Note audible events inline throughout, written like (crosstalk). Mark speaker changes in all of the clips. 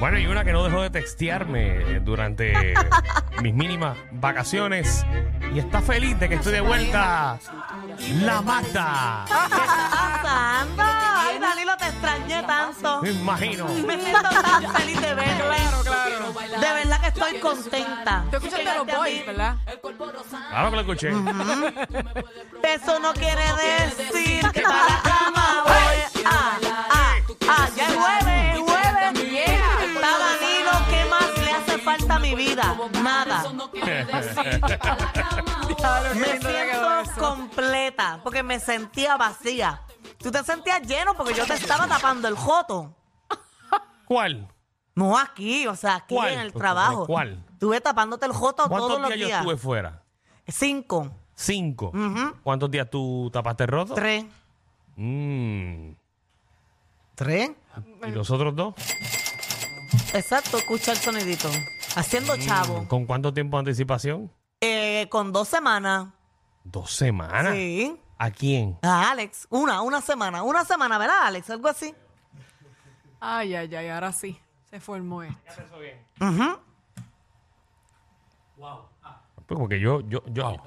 Speaker 1: Bueno, y una que no dejó de textearme eh,
Speaker 2: (laughs)
Speaker 1: durante mis mínimas vacaciones y está feliz de que estoy de vuelta. La Magda.
Speaker 2: Samba, ay Danilo, te extrañé tanto.
Speaker 1: Me
Speaker 2: (laughs)
Speaker 1: imagino.
Speaker 2: Me siento tan feliz de verlo. De verdad que estoy contenta.
Speaker 3: Tú escuchaste a los
Speaker 2: Llegaste a mí.
Speaker 3: boys, ¿verdad?
Speaker 1: Claro que lo escuché.
Speaker 2: Eso no quiere decir que para la cama voy a, a, a. Ya es jueves, es jueves. Está Danilo, ¿qué más le hace falta a mi vida?
Speaker 3: (laughs)
Speaker 2: Nada. Me siento completa porque me sentía vacía. Tú te sentías lleno porque yo te estaba tapando el joto.
Speaker 1: ¿Cuál?
Speaker 2: No aquí, o sea, aquí
Speaker 1: ¿Cuál?
Speaker 2: en el trabajo.
Speaker 1: ¿Cuál?
Speaker 2: Estuve tapándote el joto todos
Speaker 1: ¿Cuántos
Speaker 2: los
Speaker 1: días yo
Speaker 2: días.
Speaker 1: estuve fuera?
Speaker 2: Cinco,
Speaker 1: Cinco. ¿Cuántos días tú tapaste el roto?
Speaker 2: tres.
Speaker 1: Mm.
Speaker 2: ¿Tres?
Speaker 1: ¿Y los otros dos?
Speaker 2: Exacto, escucha el sonidito.
Speaker 1: Mm.
Speaker 2: Haciendo chavo.
Speaker 1: ¿Con cuánto tiempo de anticipación?
Speaker 2: Eh, con dos semanas.
Speaker 1: Dos semanas.
Speaker 2: Sí.
Speaker 1: ¿A quién?
Speaker 2: A Alex, una, una semana. Una semana, ¿verdad, Alex? Algo así.
Speaker 3: Ay, ay, ay, ahora sí. Se formó esto.
Speaker 1: Pues porque yo, yo, yo.
Speaker 4: Oh,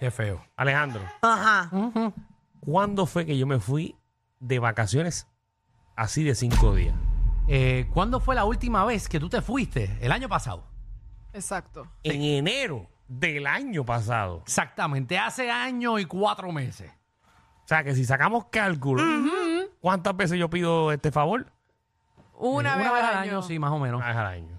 Speaker 4: Qué feo.
Speaker 1: Alejandro,
Speaker 2: Ajá.
Speaker 1: ¿cuándo fue que yo me fui de vacaciones así de cinco días?
Speaker 4: Eh, ¿Cuándo fue la última vez que tú te fuiste? El año pasado.
Speaker 3: Exacto.
Speaker 1: en enero del año pasado.
Speaker 4: Exactamente, hace año y cuatro meses.
Speaker 1: O sea, que si sacamos cálculo, ¿cuántas veces yo pido este favor?
Speaker 3: Una,
Speaker 4: Eh,
Speaker 3: vez, al año.
Speaker 4: sí, más o menos.
Speaker 1: Una vez al año.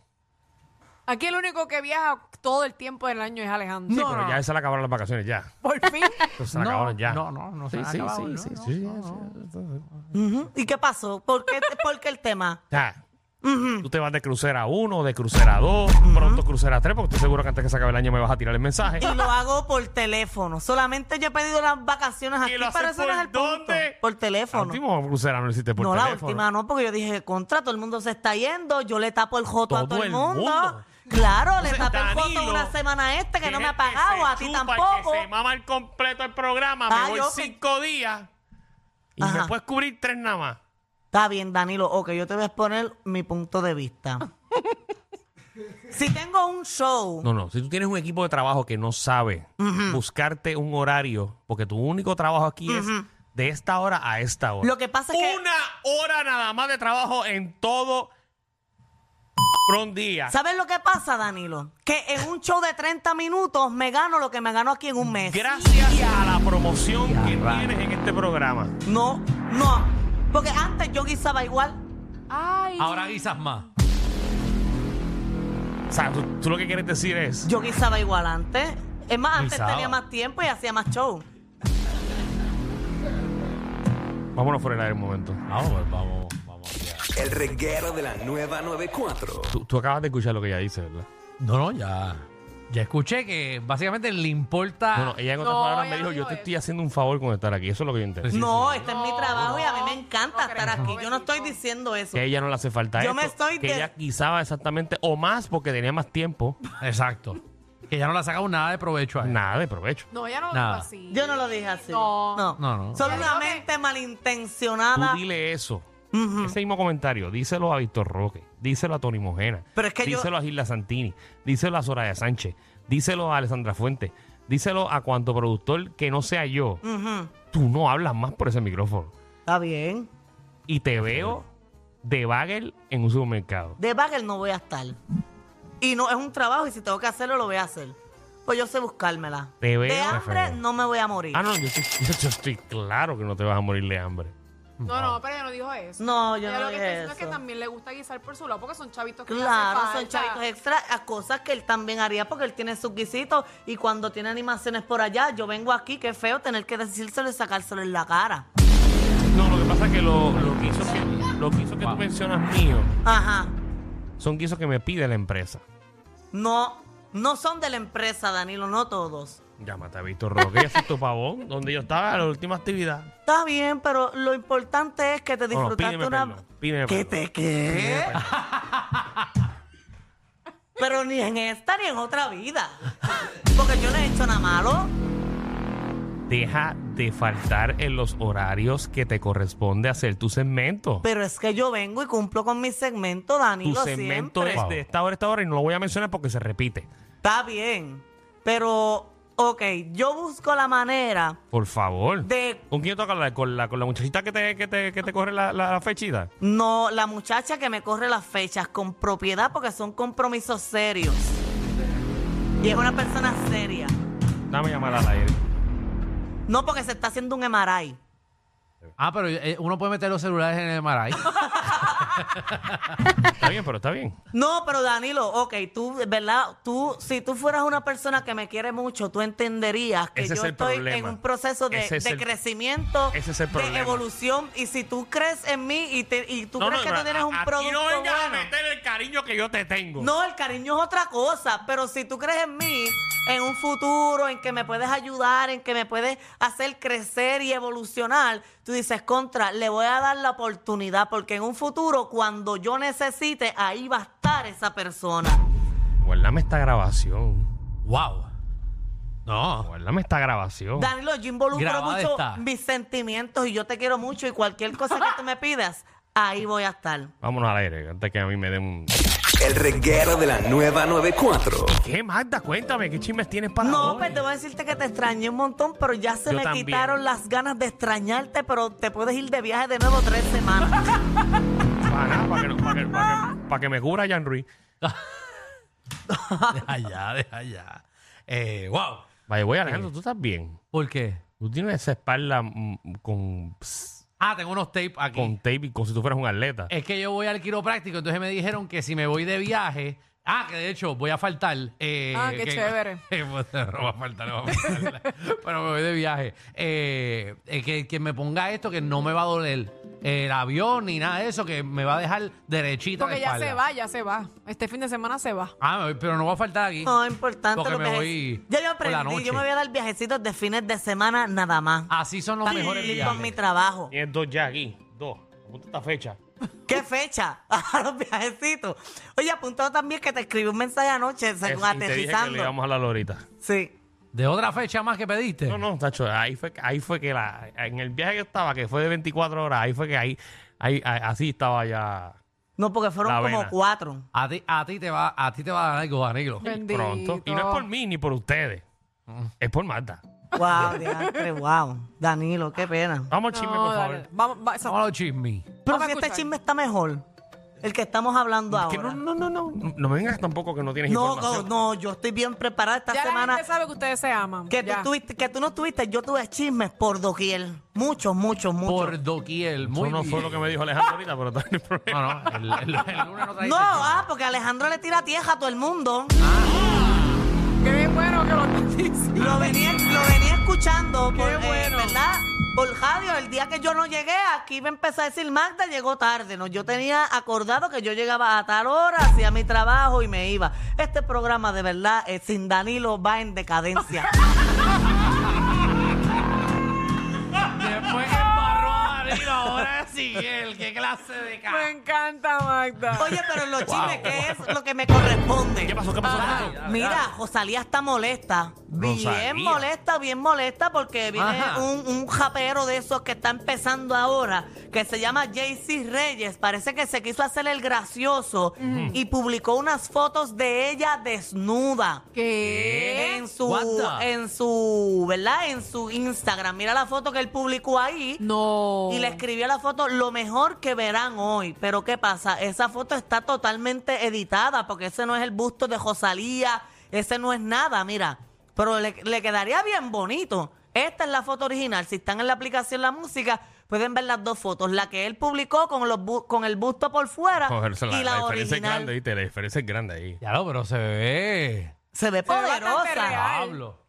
Speaker 3: Aquí el único que viaja todo el tiempo del año es Alejandro.
Speaker 1: Sí, pero ya se le acabaron las vacaciones, ya.
Speaker 3: (laughs) Por fin.
Speaker 1: Eso Se le acabaron ya.
Speaker 4: no, no, no se
Speaker 1: Sí,
Speaker 4: han
Speaker 1: sí,
Speaker 4: acabado,
Speaker 1: sí,
Speaker 4: no,
Speaker 1: sí,
Speaker 4: no,
Speaker 1: sí,
Speaker 4: no,
Speaker 1: sí, sí, sí. O
Speaker 2: Ujú. ¿Y qué pasó? ¿Por qué, (laughs) por qué el tema?
Speaker 1: sea, tú te vas de crucera 1, de crucera 2, pronto crucera 3, porque estoy seguro que antes que se acabe el año me vas a tirar el mensaje.
Speaker 2: Y lo hago por teléfono. Solamente yo he pedido las vacaciones aquí,
Speaker 1: lo haces
Speaker 2: pero eso no
Speaker 1: por
Speaker 2: es el punto.
Speaker 1: dónde?
Speaker 2: Por
Speaker 1: La
Speaker 2: teléfono.
Speaker 1: última crucera no lo hiciste por
Speaker 2: no, la
Speaker 1: teléfono.
Speaker 2: última no, porque yo dije, contra, todo el mundo se está yendo, yo le tapo el joto a
Speaker 1: Todo
Speaker 2: todo el
Speaker 1: el
Speaker 2: mundo.
Speaker 1: mundo.
Speaker 2: Claro, le
Speaker 1: Entonces,
Speaker 2: tapé el joto
Speaker 1: Danilo,
Speaker 2: una semana a este que no me
Speaker 1: Tienes
Speaker 2: ha pagado,
Speaker 1: se
Speaker 2: a ti
Speaker 1: chupa, el
Speaker 2: tampoco.
Speaker 1: Que se mama el completo el programa,
Speaker 2: Ah,
Speaker 1: me voy
Speaker 2: yo-
Speaker 1: cinco días y
Speaker 2: Ajá.
Speaker 1: me puedes cubrir tres nada más.
Speaker 2: Está bien, Danilo, ok, yo te voy a exponer mi punto de
Speaker 1: (laughs)
Speaker 2: vista. si tengo un show,
Speaker 1: No, no. Si tú tienes un equipo de trabajo que no sabe buscarte un horario, porque tu único trabajo aquí es de esta hora a esta hora.
Speaker 2: lo que pasa es que...
Speaker 1: Una hora nada más de trabajo en todo un día.
Speaker 2: ¿Sabes lo que pasa, Danilo? Que en un show de 30 minutos me gano lo que me gano aquí en un mes.
Speaker 1: Gracias a la promoción que tienes en este programa.
Speaker 2: No, no. Porque antes yo guisaba igual.
Speaker 3: Ay.
Speaker 4: Ahora guisas más.
Speaker 1: O sea, tú, tú lo que quieres decir es...
Speaker 2: Yo guisaba igual antes. Es más, antes
Speaker 1: Guisaba.
Speaker 2: tenía más tiempo y hacía más show.
Speaker 1: Vámonos fuera del aire un momento.
Speaker 4: Vamos, pues, vamos, vamos.
Speaker 5: El reguero de la nueva 94.
Speaker 1: Tú, tú acabas de escuchar lo que ella dice, ¿verdad?
Speaker 4: No, no, ya. Ya escuché que básicamente le importa.
Speaker 2: Ah.
Speaker 1: No, no, ella en otras
Speaker 3: No,
Speaker 1: palabras
Speaker 3: ella
Speaker 1: me dijo,
Speaker 3: no
Speaker 1: yo
Speaker 3: dijo
Speaker 1: te
Speaker 3: eso.
Speaker 1: estoy haciendo un favor con estar aquí. Eso es lo que yo entendí.
Speaker 2: no, este es mi trabajo y a mí me encanta
Speaker 3: no
Speaker 2: estar
Speaker 3: creo,
Speaker 2: aquí. Yo no
Speaker 3: bendito.
Speaker 2: estoy diciendo eso.
Speaker 1: que a ella no le hace falta
Speaker 2: Yo
Speaker 1: esto,
Speaker 2: me estoy
Speaker 1: que
Speaker 2: de-
Speaker 1: ella guisaba exactamente o más porque tenía más tiempo
Speaker 4: Exacto. que ya no le ha sacado nada de provecho a él.
Speaker 1: nada de provecho
Speaker 3: No, ya no lo
Speaker 4: Nada.
Speaker 3: dijo así.
Speaker 2: Yo no lo dije así.
Speaker 3: No.
Speaker 4: No, no.
Speaker 2: Solo
Speaker 3: Yo
Speaker 2: una
Speaker 3: creo que-
Speaker 2: mente
Speaker 1: tú
Speaker 2: malintencionada.
Speaker 1: dile eso ese mismo comentario díselo a Víctor Roque díselo a Tony Mojena
Speaker 2: Pero es que yo-
Speaker 1: díselo a Gilda Santini díselo a Soraya Sánchez díselo a Alessandra Fuentes díselo a cuanto productor que no sea yo
Speaker 2: Ujú.
Speaker 1: tú no hablas más por ese micrófono
Speaker 2: Está bien.
Speaker 1: y te veo de bagel en un supermercado
Speaker 2: De bagel no voy a estar. Y no es un trabajo y si tengo que hacerlo, lo voy a hacer. Pues yo sé buscármela.
Speaker 1: Te veo.
Speaker 2: de hambre
Speaker 1: Perfecto.
Speaker 2: no me voy a morir.
Speaker 1: ah no yo estoy, yo estoy claro que no te vas a morir de hambre
Speaker 3: No, no, pero ella no dijo eso.
Speaker 2: No, yo
Speaker 3: Ella
Speaker 2: no
Speaker 3: lo que
Speaker 2: dije
Speaker 3: está diciendo es
Speaker 2: eso.
Speaker 3: que también le gusta guisar por su lado porque son chavitos que le hacen
Speaker 2: Claro, son
Speaker 3: falta.
Speaker 2: chavitos extra a cosas que él también haría porque él tiene sus guisitos y cuando tiene animaciones por allá, yo vengo aquí, qué feo tener que decírselo y sacárselo en la cara.
Speaker 1: No, lo que pasa es que lo- los guisos que, los guisos que tú mencionas míos
Speaker 2: Ajá.
Speaker 1: son guisos que me pide la empresa.
Speaker 2: No, no son de la empresa, Danilo, no todos.
Speaker 1: Llámate a Víctor Roque, ese es tu pavón, donde yo estaba en la última actividad.
Speaker 2: Está bien, pero lo importante es que te
Speaker 1: No, no,
Speaker 2: disfrutaste
Speaker 1: pídeme
Speaker 2: una...
Speaker 1: perdón, pídeme
Speaker 2: ¿Qué
Speaker 1: perdón.
Speaker 2: te qué? (laughs) pero ni en esta ni en otra vida. Porque yo no he hecho nada malo.
Speaker 1: Deja de faltar en los horarios que te corresponde hacer tu segmento.
Speaker 2: Pero es que yo vengo y cumplo con mi segmento,
Speaker 1: Tu
Speaker 2: Danilo,
Speaker 1: segmento
Speaker 2: siempre.
Speaker 1: es de esta hora a esta hora y no lo voy a mencionar porque se repite.
Speaker 2: Está bien, pero, ok, yo busco la manera
Speaker 1: Por favor.
Speaker 2: de...
Speaker 1: ¿Con quién toca hablar? ¿Con la, con la muchachita que te, que te, que te corre la, la, la fechita?
Speaker 2: No, la muchacha que me corre las fechas con propiedad porque son compromisos serios. Y es una persona seria.
Speaker 1: Dame llamar al aire.
Speaker 2: No porque se está haciendo un MRI.
Speaker 4: Ah, pero eh, uno puede meter los celulares en
Speaker 1: (laughs)
Speaker 4: el Maray.
Speaker 1: Está bien, pero está bien.
Speaker 2: No, pero Danilo, ok, tú, ¿verdad? Tú, si tú fueras una persona que me quiere mucho, tú entenderías que yo
Speaker 1: Ese es el
Speaker 2: estoy en
Speaker 1: problema.
Speaker 2: un proceso de,
Speaker 1: Ese es
Speaker 2: de
Speaker 1: el-
Speaker 2: crecimiento,
Speaker 1: ese es el
Speaker 2: de
Speaker 1: problema.
Speaker 2: evolución. Y si tú crees en mí y, te- y tú crees que tú
Speaker 1: pero
Speaker 2: tienes un
Speaker 1: aquí
Speaker 2: producto
Speaker 1: no vengas a
Speaker 2: bueno.
Speaker 1: meter el cariño que yo te tengo.
Speaker 2: No, el cariño es otra cosa, pero si tú crees en mí, en un futuro, en que me puedes ayudar, en que me puedes hacer crecer y evolucionar, tú dices, contra, le voy a dar la oportunidad, porque en un futuro, cuando yo necesite, ahí va a estar esa persona.
Speaker 1: Guárdame esta grabación.
Speaker 4: ¡Wow! No.
Speaker 1: Guárdame esta grabación.
Speaker 2: Danilo, yo involucro
Speaker 4: Grabada
Speaker 2: mucho
Speaker 4: está.
Speaker 2: mis sentimientos y yo te quiero mucho y cualquier cosa que tú me pidas, ahí voy a estar.
Speaker 1: Vámonos al aire, antes que a mí me den un...
Speaker 5: El reguero de la nueva 94.
Speaker 1: ¿Qué, Magda? Cuéntame, ¿qué chismes tienes para
Speaker 2: No,
Speaker 1: hoy?
Speaker 2: pero te voy a decirte que te extrañé un montón, pero ya se
Speaker 1: Yo
Speaker 2: me
Speaker 1: también.
Speaker 2: quitaron las ganas de extrañarte, pero te puedes ir de viaje de nuevo tres semanas.
Speaker 1: Para, nada, para, que, no- para, que,
Speaker 2: (laughs)
Speaker 1: para que- para que me cubra Jan Ruiz.
Speaker 4: (laughs) Deja ya, deja ya. Eh, ¡Wow!
Speaker 1: Vaya, voy, Alejandro, tú estás bien.
Speaker 4: ¿Por qué?
Speaker 1: Tú tienes esa espalda mm, con, pss,
Speaker 4: Ah, tengo unos tapes aquí.
Speaker 1: con tape y como si tú fueras un atleta.
Speaker 4: Es que yo voy al quiropráctico, entonces me dijeron que si me voy de viaje. Ah, que de hecho voy a faltar. eh,
Speaker 3: Ah, qué
Speaker 4: (laughs) que-
Speaker 3: chévere.
Speaker 4: Pues, no va a faltar, no va a faltar. (laughs) Pero me voy de viaje. Eh, eh, que, que me ponga esto que no me va a doler el avión ni nada de eso, que me va a dejar derechita. la
Speaker 3: Porque ya se
Speaker 4: espalda.
Speaker 3: va, ya se va. Este fin de semana se va.
Speaker 4: Ah, me voy, pero no va a faltar aquí.
Speaker 2: No, es importante
Speaker 4: Porque
Speaker 2: los
Speaker 4: me
Speaker 2: viajes.
Speaker 4: voy
Speaker 2: Ya yo
Speaker 4: por la
Speaker 2: aprendí, yo
Speaker 4: noche.
Speaker 2: me voy a dar viajecitos de fines de semana nada más.
Speaker 1: Ah,
Speaker 4: Así son los
Speaker 2: Para
Speaker 4: mejores
Speaker 2: cumplir
Speaker 4: viajes.
Speaker 2: con mi trabajo.
Speaker 1: Tienes Eh, dos ya aquí, dos. Apunta esta fecha.
Speaker 2: ¿Qué fecha? (laughs) A los viajecitos. Oye, apuntado también que te escribí un mensaje anoche, según
Speaker 1: Es- y te dije que le
Speaker 2: aterrizando.
Speaker 1: íbamos a la lorita.
Speaker 2: Sí.
Speaker 4: ¿De otra fecha más que pediste?
Speaker 1: No, no, Tacho, ahí fue, ahí fue que la, en el viaje que estaba, que fue de 24 horas, ahí fue que ahí, ahí, ahí- así estaba ya
Speaker 2: No, porque fueron
Speaker 1: La
Speaker 2: como
Speaker 1: vena.
Speaker 2: cuatro.
Speaker 4: A ti, a ti te va, a ti te va a dar algo, Danilo.
Speaker 3: Bendito.
Speaker 1: pronto. Y no es por mí ni por ustedes. Es por Marta. (laughs)
Speaker 2: Wow, diantre, wow. Danilo, qué pena.
Speaker 1: Vamos,
Speaker 3: No,
Speaker 1: chisme, por
Speaker 3: dale.
Speaker 1: favor.
Speaker 3: Vamos, va- esa-
Speaker 4: Vamos a los chismes.
Speaker 2: Pero
Speaker 3: Vamos a
Speaker 2: si este
Speaker 3: escuchar.
Speaker 2: chisme está mejor, el que estamos hablando
Speaker 1: Que
Speaker 2: ahora.
Speaker 1: no, no, no, no. No me vengas tampoco que no tienes
Speaker 2: No, no,
Speaker 1: información.
Speaker 2: no, yo estoy bien preparada esta
Speaker 3: ya la
Speaker 2: semana.
Speaker 3: gente sabe que ustedes se aman.
Speaker 2: Que tú,
Speaker 3: Ya.
Speaker 2: tuviste- que tú no tuviste, yo tuve chismes por doquier. Muchos, muchos, muchos.
Speaker 4: Por doquier.
Speaker 1: Eso
Speaker 4: Muy
Speaker 1: no
Speaker 4: bien.
Speaker 1: fue lo que me dijo Alejandro ahorita, pero también el problema.
Speaker 4: No, no, el, (laughs) el- el lunes no trae
Speaker 2: No,
Speaker 4: sección.
Speaker 2: ah, porque Alejandro le tira tierra a todo el mundo.
Speaker 3: Qué bien bueno que lo (laughs) estás diciendo.
Speaker 2: Lo venía, lo venía escuchando por, eh,
Speaker 3: bueno.
Speaker 2: ¿verdad? Por radio, el día que yo no llegué, aquí me empezó a decir Magda llegó tarde. No, yo tenía acordado que yo llegaba a tal hora, hacía mi trabajo y me iba. Este programa de verdad, eh, sin Danilo, va en decadencia.
Speaker 4: Después que embarró a Danilo, ahora es Miguel. ¿Qué clase de
Speaker 3: Me
Speaker 4: cara?
Speaker 3: encanta, Magda.
Speaker 2: Oye, pero en los chismes, ¿qué es lo que me corresponde?
Speaker 1: ¿Qué pasó? ¿Qué pasó?
Speaker 2: Ah,
Speaker 1: ¿Qué pasó?
Speaker 2: Mira, Rosalía está molesta.
Speaker 1: Rosalía.
Speaker 2: Bien molesta, bien molesta, porque viene
Speaker 4: Ajá.
Speaker 2: un, un japero de esos que está empezando ahora, que se llama JC Reyes. Parece que se quiso hacer el gracioso y publicó unas fotos de ella desnuda.
Speaker 3: ¿Qué?
Speaker 2: En su,
Speaker 4: What the-
Speaker 2: en su, ¿verdad? En su Instagram. Mira la foto que él publicó ahí.
Speaker 3: No.
Speaker 2: Y le escribió a la foto lo mejor que verán hoy. Pero ¿qué pasa? Esa foto está totalmente editada porque ese no es el busto de Rosalía, ese no es nada, mira. Pero le, le quedaría bien bonito. Esta es la foto original. Si están en la aplicación la música, Pueden ver las dos fotos, la que él publicó con, los bu- con el busto por fuera
Speaker 1: Joder, o sea, la,
Speaker 2: y
Speaker 1: la
Speaker 2: la,
Speaker 1: diferencia es grande,
Speaker 2: original.
Speaker 1: ¿viste? La diferencia es grande ahí.
Speaker 4: Ya lo, pero se ve.
Speaker 2: Se ve
Speaker 3: bastante
Speaker 2: poderosa.
Speaker 3: real.
Speaker 4: Pablo.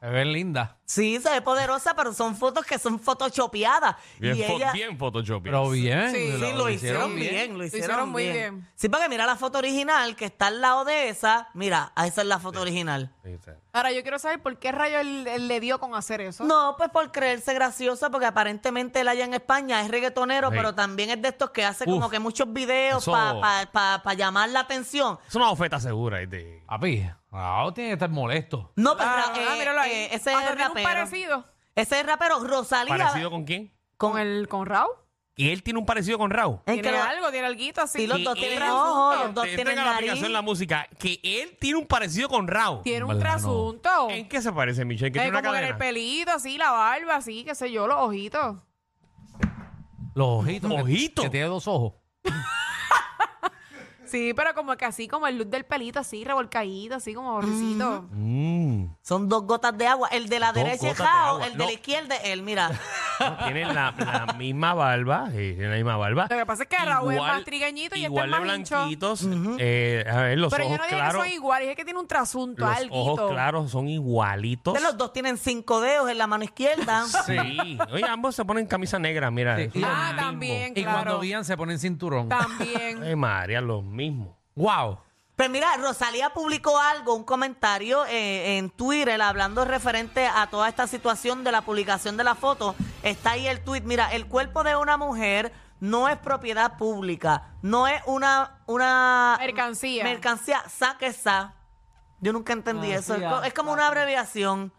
Speaker 4: Se ve linda.
Speaker 2: sí, se ve poderosa, pero son fotos que son photoshopeadas.
Speaker 1: Bien,
Speaker 2: y
Speaker 1: fo-
Speaker 2: ella,
Speaker 1: bien Photoshop.
Speaker 4: Pero bien.
Speaker 3: Sí,
Speaker 2: Sí, lo, hicieron bien, lo hicieron,
Speaker 3: muy
Speaker 2: bien.
Speaker 3: bien.
Speaker 2: Sí, porque mira la foto original que está al lado de esa. Mira, esa es la foto original.
Speaker 1: Sí, o sea,
Speaker 3: Ahora, yo quiero saber por qué rayo él, él le dio con hacer eso.
Speaker 2: No, pues por creerse graciosa, porque aparentemente él allá en España es reggaetonero,
Speaker 1: Sí.
Speaker 2: pero también es de estos que hace como
Speaker 1: Uf,
Speaker 2: que muchos videos
Speaker 1: eso-
Speaker 2: para llamar la atención.
Speaker 1: Es una oferta segura, ¿viste?
Speaker 4: Papi, ah, tiene que estar molesto.
Speaker 2: No, pero
Speaker 3: Ah,
Speaker 2: eh,
Speaker 3: ah, míralo ahí.
Speaker 2: eh, ese
Speaker 3: Ah,
Speaker 2: es el
Speaker 3: tiene un
Speaker 2: rapero.
Speaker 3: parecido
Speaker 2: Ese es el rapero Rosalía.
Speaker 1: ¿Parecido con quién?
Speaker 3: con el con Raúl.
Speaker 1: Y él tiene un parecido con Raúl.
Speaker 2: Es que
Speaker 3: Tiene
Speaker 2: lo-
Speaker 3: algo, tiene algo así.
Speaker 2: Sí, los
Speaker 1: Que
Speaker 2: dos tienen
Speaker 1: él-
Speaker 2: ojos, los dos
Speaker 1: Te-
Speaker 2: tienen
Speaker 1: tenga la
Speaker 2: nariz.
Speaker 1: aplicación en la música. Que él tiene un parecido con Raúl.
Speaker 3: Tiene un
Speaker 4: Verdad, no.
Speaker 3: trasunto.
Speaker 2: Eh,
Speaker 1: ¿En qué se parece, Michelle? Que
Speaker 3: Eh,
Speaker 1: tiene una
Speaker 3: como que el
Speaker 1: cadena.
Speaker 3: pelito, así, la barba, así, qué sé yo, los ojitos.
Speaker 4: Los ojitos. que-
Speaker 1: Ojitos.
Speaker 4: Que, tiene dos ojos.
Speaker 3: Sí, pero como que así, como el look del pelito, así, revolcadito, así, como borricito.
Speaker 1: Mm.
Speaker 2: Son dos gotas de agua. El de la
Speaker 1: Dos
Speaker 2: derecha es
Speaker 1: gotas de
Speaker 2: Jao,
Speaker 1: agua.
Speaker 2: el
Speaker 1: No.
Speaker 2: de la izquierda es él, mira.
Speaker 1: (laughs) Tiene la, la
Speaker 3: (laughs)
Speaker 1: misma barba. Sí, tiene la misma barba.
Speaker 3: Lo que pasa es que Raúl es más trigueñito y este es
Speaker 1: igual
Speaker 3: más
Speaker 1: de
Speaker 3: hincho.
Speaker 1: blanquitos. eh, a ver, los
Speaker 3: Pero yo
Speaker 1: ojos
Speaker 3: no dije
Speaker 1: claros.
Speaker 3: que son iguales, dije que tiene un trasunto,
Speaker 1: los
Speaker 3: alguito.
Speaker 1: ojos claros son igualitos.
Speaker 2: Entonces, los dos tienen cinco dedos en la mano
Speaker 1: (laughs)
Speaker 2: izquierda.
Speaker 1: Sí. Oye, ambos se ponen camisa negra, mira.
Speaker 4: Sí,
Speaker 1: eso
Speaker 4: y
Speaker 1: es
Speaker 4: los
Speaker 3: Ah,
Speaker 1: lo mismo.
Speaker 3: también,
Speaker 4: Y cuando
Speaker 3: claro.
Speaker 4: guían se ponen
Speaker 1: (laughs)
Speaker 4: cinturón.
Speaker 3: También.
Speaker 1: Ay, María, los mismos.
Speaker 4: Wow.
Speaker 2: Pues mira, Rosalía publicó algo, un comentario eh, en Twitter hablando referente a toda esta situación de la publicación de la foto. Está ahí el tweet. Mira, el cuerpo de una mujer no es propiedad pública, no es una una
Speaker 3: Mercancía.
Speaker 2: mercancía saquesa. Yo nunca entendí
Speaker 4: Ah,
Speaker 2: eso.
Speaker 4: sí,
Speaker 2: Es co-
Speaker 4: ah,
Speaker 2: es como una abreviación.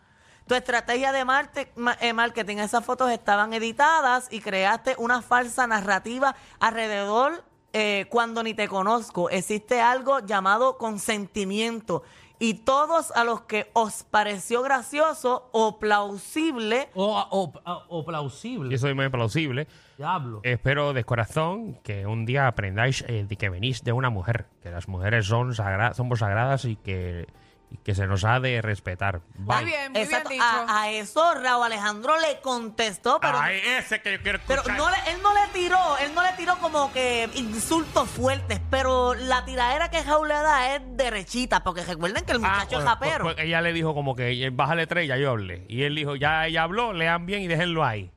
Speaker 2: Tu estrategia de marte- ma- eh, marketing, esas fotos estaban editadas y creaste una falsa narrativa alrededor eh, cuando ni te conozco. Existe algo llamado consentimiento. Y todos a los que os pareció gracioso o plausible,
Speaker 4: O, o, o plausible.
Speaker 1: Yo soy muy plausible.
Speaker 4: Diablo.
Speaker 1: Espero de corazón que un día aprendáis eh, de que venís de una mujer, que las mujeres son sagra- somos sagradas y que, y que se nos ha de respetar.
Speaker 3: Muy
Speaker 1: Bye.
Speaker 3: bien, muy
Speaker 2: Exacto, Ah,
Speaker 3: bien dicho.
Speaker 2: a, a eso Raúl Alejandro le contestó, pero
Speaker 1: Ay, Ah, ese que yo quiero
Speaker 2: Pero
Speaker 1: escuchar.
Speaker 2: no le- él no le tiró, él no le tiró como que insultos fuertes, pero la tiradera que Raúl le da es derechita, porque recuerden que el
Speaker 1: Ah,
Speaker 2: muchacho es
Speaker 1: pues-
Speaker 2: rapero.
Speaker 1: pues- pues ella le dijo como que "Eh, bájale tres, ya yo hablé. Y él dijo, ya ella habló, lean bien y déjenlo ahí.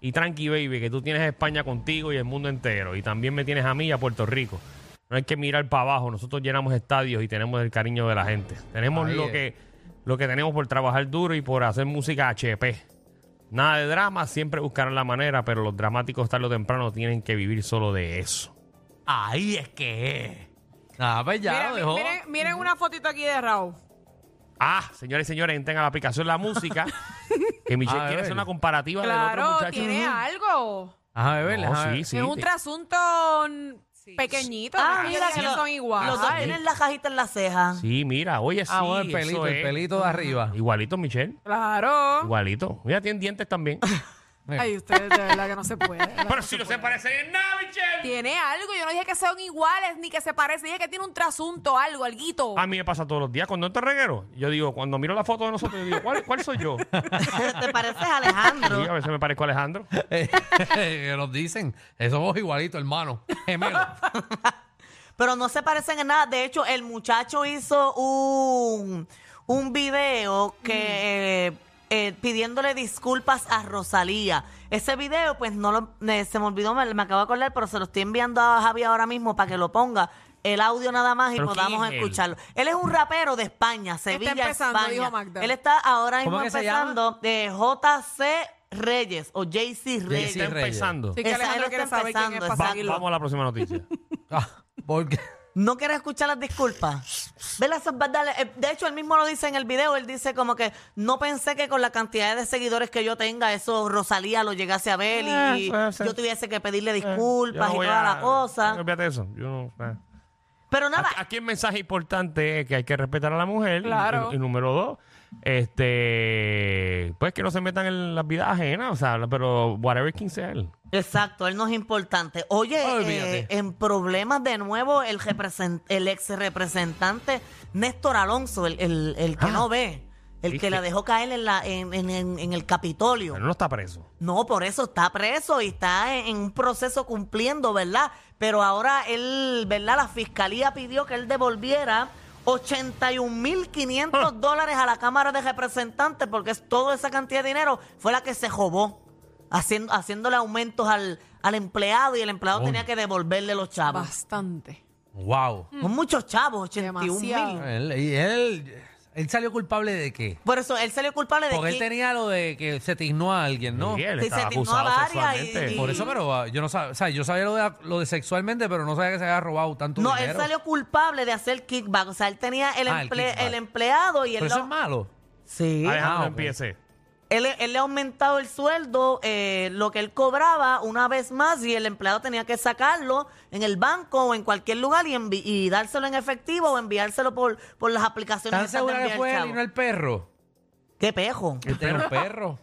Speaker 1: Y tranqui, baby, que tú tienes a España contigo y el mundo entero. Y también me tienes a mí y a Puerto Rico. No hay que mirar para abajo. Nosotros llenamos estadios y tenemos el cariño de la gente. Tenemos
Speaker 4: Ahí
Speaker 1: lo
Speaker 4: es.
Speaker 1: que, lo que tenemos por trabajar duro y por hacer música HP. Nada de drama, siempre buscarán la manera, pero los dramáticos tarde o temprano tienen que vivir solo de eso.
Speaker 4: Ahí es que es. Ah, pues ya
Speaker 3: miren,
Speaker 4: lo dejó.
Speaker 3: miren- miren una fotito aquí de Raúl.
Speaker 1: Ah, señores y señores, entren a la aplicación La Música.
Speaker 4: (laughs)
Speaker 1: que
Speaker 4: A
Speaker 1: Michelle quiere
Speaker 4: ver.
Speaker 1: hacer una comparativa del otro
Speaker 3: Claro,
Speaker 1: muchacho.
Speaker 3: tiene algo.
Speaker 4: Ajá, bebé,
Speaker 1: No,
Speaker 4: déjame
Speaker 1: sí,
Speaker 4: ver.
Speaker 1: sí.
Speaker 3: es un
Speaker 1: te-
Speaker 3: trasunto n- pequeñito.
Speaker 2: Ah,
Speaker 3: no
Speaker 2: mira
Speaker 3: sé si
Speaker 2: que lo-
Speaker 3: son iguales.
Speaker 2: Los dos tienen la cajita en la ceja.
Speaker 1: pues, Sí, mira, oye, sí.
Speaker 4: Ah, bueno, el
Speaker 1: eso
Speaker 4: pelito, el
Speaker 1: es.
Speaker 4: pelito de arriba.
Speaker 1: (laughs) Igualito, Michelle.
Speaker 3: Claro.
Speaker 1: Igualito. Mira, tiene
Speaker 2: (laughs)
Speaker 1: dientes también.
Speaker 3: Ay, ustedes de verdad que no se puede. de verdad
Speaker 1: (laughs) Pero
Speaker 3: que
Speaker 1: si no se
Speaker 3: puede.
Speaker 1: parecen en nada, Michelle.
Speaker 3: Tiene algo. Yo no dije que sean iguales ni que se parecen. Dije que tiene un trasunto, algo, alguito.
Speaker 1: A mí me pasa todos los días. Cuando entro al reguero, yo digo, cuando miro la foto de nosotros, yo digo, ¿cuál, cuál soy
Speaker 4: (laughs)
Speaker 2: (laughs)
Speaker 1: yo?
Speaker 2: ¿Te pareces a
Speaker 1: Sí, a
Speaker 2: Alejandro?
Speaker 1: veces me parezco a Alejandro.
Speaker 4: Eh, Que Nos dicen, eh, somos igualitos, hermano.
Speaker 1: (laughs)
Speaker 4: Gemelo.
Speaker 2: Pero no se parecen en nada. De hecho, el muchacho hizo un, un video que
Speaker 3: Mm.
Speaker 2: eh, eh, pidiéndole disculpas a Rosalía. Ese video, pues no lo, eh, se me olvidó, me, me acabo de acordar, pero se lo estoy enviando a Javi ahora mismo para que lo ponga. El audio nada más y
Speaker 1: ¿Pero quién
Speaker 2: podamos
Speaker 1: es él?
Speaker 2: escucharlo. Él es un rapero de España, Sevilla,
Speaker 3: empezando,
Speaker 2: España.
Speaker 3: dijo Magda.
Speaker 2: Él está ahora
Speaker 4: ¿Cómo
Speaker 2: mismo
Speaker 4: que se llama?
Speaker 2: empezando de JC Reyes o JC Reyes.
Speaker 1: Está
Speaker 4: Reyes.
Speaker 1: empezando.
Speaker 3: Sí, que
Speaker 2: Esa-
Speaker 3: Alejandro
Speaker 2: él
Speaker 3: quiere
Speaker 2: está
Speaker 3: saber quién es
Speaker 2: empezando,
Speaker 3: para
Speaker 1: Va-
Speaker 3: seguirlo.
Speaker 1: vamos a la próxima noticia.
Speaker 4: Ah, porque
Speaker 2: ¿No quieres escuchar las disculpas? ¿Verdad? Eso es verdad. Eh, De hecho, él mismo lo dice en el video. Él dice como que no pensé que con la cantidad de seguidores que yo tenga, eso Rosalía lo llegase a ver
Speaker 1: Ah,
Speaker 2: y
Speaker 1: eso, eso. Eh,
Speaker 2: yo tuviese que pedirle
Speaker 1: Yo
Speaker 2: disculpas
Speaker 1: no
Speaker 2: y
Speaker 1: voy
Speaker 2: toda
Speaker 1: a-
Speaker 2: la cosa.
Speaker 1: Olvídate de eso. Yo no- ah.
Speaker 2: Pero nada,
Speaker 1: Aquí, aquí el mensaje importante es que hay que respetar a la mujer. Y-
Speaker 3: Claro.
Speaker 1: Y, y número dos, este, pues que no se metan en las vidas ajenas, o sea, pero whatever king sea él.
Speaker 2: exacto, él no es importante. Oye,
Speaker 4: Olvídate.
Speaker 2: eh, en problemas de nuevo el,
Speaker 1: Ah,
Speaker 2: represent- el ex representante Néstor Alonso, el, el- el que no ve.
Speaker 1: Sí,
Speaker 2: El que la
Speaker 1: que-
Speaker 2: dejó caer en, la, en, en- en- en el Capitolio.
Speaker 1: Pero no está preso.
Speaker 2: No, por eso está preso y está en, en un proceso cumpliendo, ¿verdad? Pero ahora él, ¿verdad? La fiscalía pidió que él devolviera
Speaker 4: Ah.
Speaker 2: 81.500 dólares a la Cámara de Representantes porque es- toda esa cantidad de dinero fue la que se robó, haciendo, haciéndole aumentos al, al empleado y el empleado
Speaker 4: Oh.
Speaker 1: Coño.
Speaker 2: tenía que devolverle los chavos.
Speaker 3: Bastante.
Speaker 4: Wow.
Speaker 2: Son muchos chavos, 81.000.
Speaker 3: Demasiado.
Speaker 4: Él, y él, él salió culpable de qué?
Speaker 2: Por eso él salió culpable de
Speaker 4: Porque él
Speaker 2: que-
Speaker 4: tenía lo de que se tignó a alguien, ¿no?
Speaker 1: Y él
Speaker 2: Sí,
Speaker 1: estaba
Speaker 2: se tignó
Speaker 1: acusado
Speaker 2: a varias
Speaker 1: sexualmente.
Speaker 2: y-
Speaker 4: Por eso, pero ah, yo no sabía, o sea, yo sabía lo de, lo de sexualmente, pero no sabía que se había robado tanto
Speaker 2: No,
Speaker 4: dinero.
Speaker 2: él salió culpable de hacer kickback. O sea, él tenía el,
Speaker 4: Ah, el
Speaker 2: emple-
Speaker 4: kickback.
Speaker 2: el empleado y él
Speaker 4: Pero eso
Speaker 2: lo-
Speaker 4: es malo.
Speaker 2: Sí.
Speaker 1: Alejandro,
Speaker 4: Ah, ok.
Speaker 1: empiece.
Speaker 2: Él, él le ha aumentado el sueldo, eh, lo que él cobraba una vez más y el empleado tenía que sacarlo en el banco o en cualquier lugar y, envi- y dárselo en efectivo o enviárselo por, por las aplicaciones.
Speaker 4: ¿Estás
Speaker 2: estas de
Speaker 4: segura que
Speaker 2: enviar
Speaker 4: fue él y
Speaker 2: chavo.
Speaker 4: no el perro?
Speaker 2: ¡Qué pejo!
Speaker 4: Él tenía un perro.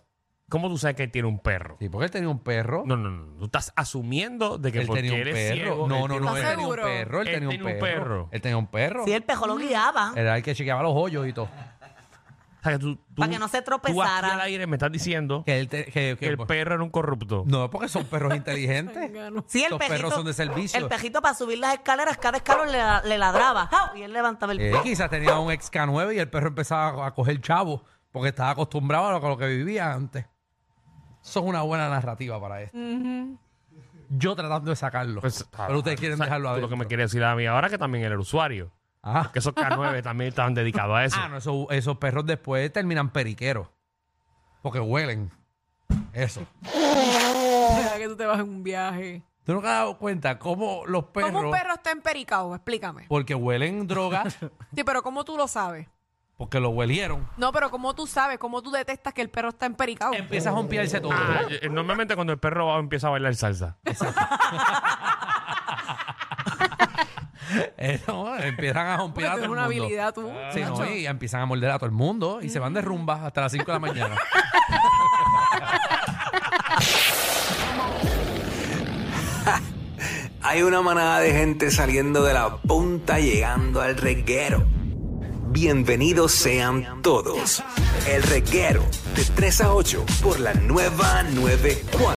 Speaker 1: ¿Cómo tú sabes que él tiene un perro?
Speaker 4: Sí, porque él tenía un perro.
Speaker 1: No, no, no. Tú estás asumiendo de que
Speaker 4: él
Speaker 1: porque
Speaker 4: tenía
Speaker 1: él
Speaker 4: un
Speaker 1: es
Speaker 4: perro.
Speaker 1: ciego,
Speaker 4: no,
Speaker 1: él tiene
Speaker 4: no, no,
Speaker 1: un
Speaker 4: él
Speaker 3: perro.
Speaker 4: tenía un perro. Él, tenía un perro. Él tenía un perro.
Speaker 2: Sí, el pejo lo guiaba.
Speaker 4: Era el que chequeaba los hoyos y todo.
Speaker 1: O sea, que tú- tú-
Speaker 2: Para que no se
Speaker 1: Tú aquí
Speaker 2: tropezara.
Speaker 1: al aire me estás diciendo
Speaker 4: Que él te- que-
Speaker 1: que
Speaker 4: que-
Speaker 1: el perro era un corrupto.
Speaker 4: No, porque son
Speaker 1: (laughs)
Speaker 4: perros inteligentes.
Speaker 2: Sí, el pejito,
Speaker 4: Los perros son de servicio.
Speaker 2: El pejito para subir las escaleras, cada escalón le, le ladraba. ¡Jau! Y él levantaba el
Speaker 4: Eh,
Speaker 2: pie.
Speaker 4: quizás tenía un ex K9 y el perro empezaba a coger chavo porque estaba acostumbrado a lo, a lo que vivía antes. Eso es una buena narrativa para esto. Yo tratando de sacarlo.
Speaker 1: Pues,
Speaker 4: pero ustedes quieren
Speaker 1: o sea,
Speaker 4: dejarlo
Speaker 1: tú Lo
Speaker 4: adentro.
Speaker 1: que me quiere decir a mí ahora que también era el usuario.
Speaker 4: Ajá.
Speaker 1: Que esos K9 también estaban dedicados a eso.
Speaker 4: Ah, no, esos, esos perros después terminan periqueros. Porque huelen. Eso.
Speaker 3: Deja que tú te vas en un viaje.
Speaker 4: ¿Tú no te has dado cuenta cómo los perros...
Speaker 3: ¿Cómo un perro está empericado? Explícame.
Speaker 4: Porque
Speaker 2: (laughs)
Speaker 4: huelen drogas,
Speaker 3: Sí, pero ¿cómo tú lo sabes?
Speaker 4: porque lo huelieron.
Speaker 3: No, pero ¿cómo tú sabes? ¿Cómo tú detestas que el perro está empericado?
Speaker 4: Empieza a romperse todo.
Speaker 1: Ah, eh, normalmente cuando el perro va, empieza a bailar salsa.
Speaker 4: Eh, no, empiezan a romper
Speaker 3: Porque
Speaker 4: a
Speaker 3: tú
Speaker 4: todo
Speaker 3: eres
Speaker 4: el
Speaker 3: una
Speaker 4: mundo.
Speaker 3: habilidad tú.
Speaker 4: Sí, no,
Speaker 3: macho.
Speaker 4: y empiezan a morder a todo el mundo y se van de rumba hasta las 5 de la mañana.
Speaker 5: Hay una manada de gente saliendo de la punta llegando al reguero. Bienvenidos sean todos. El reguero de 3 a 8 por la nueva 94.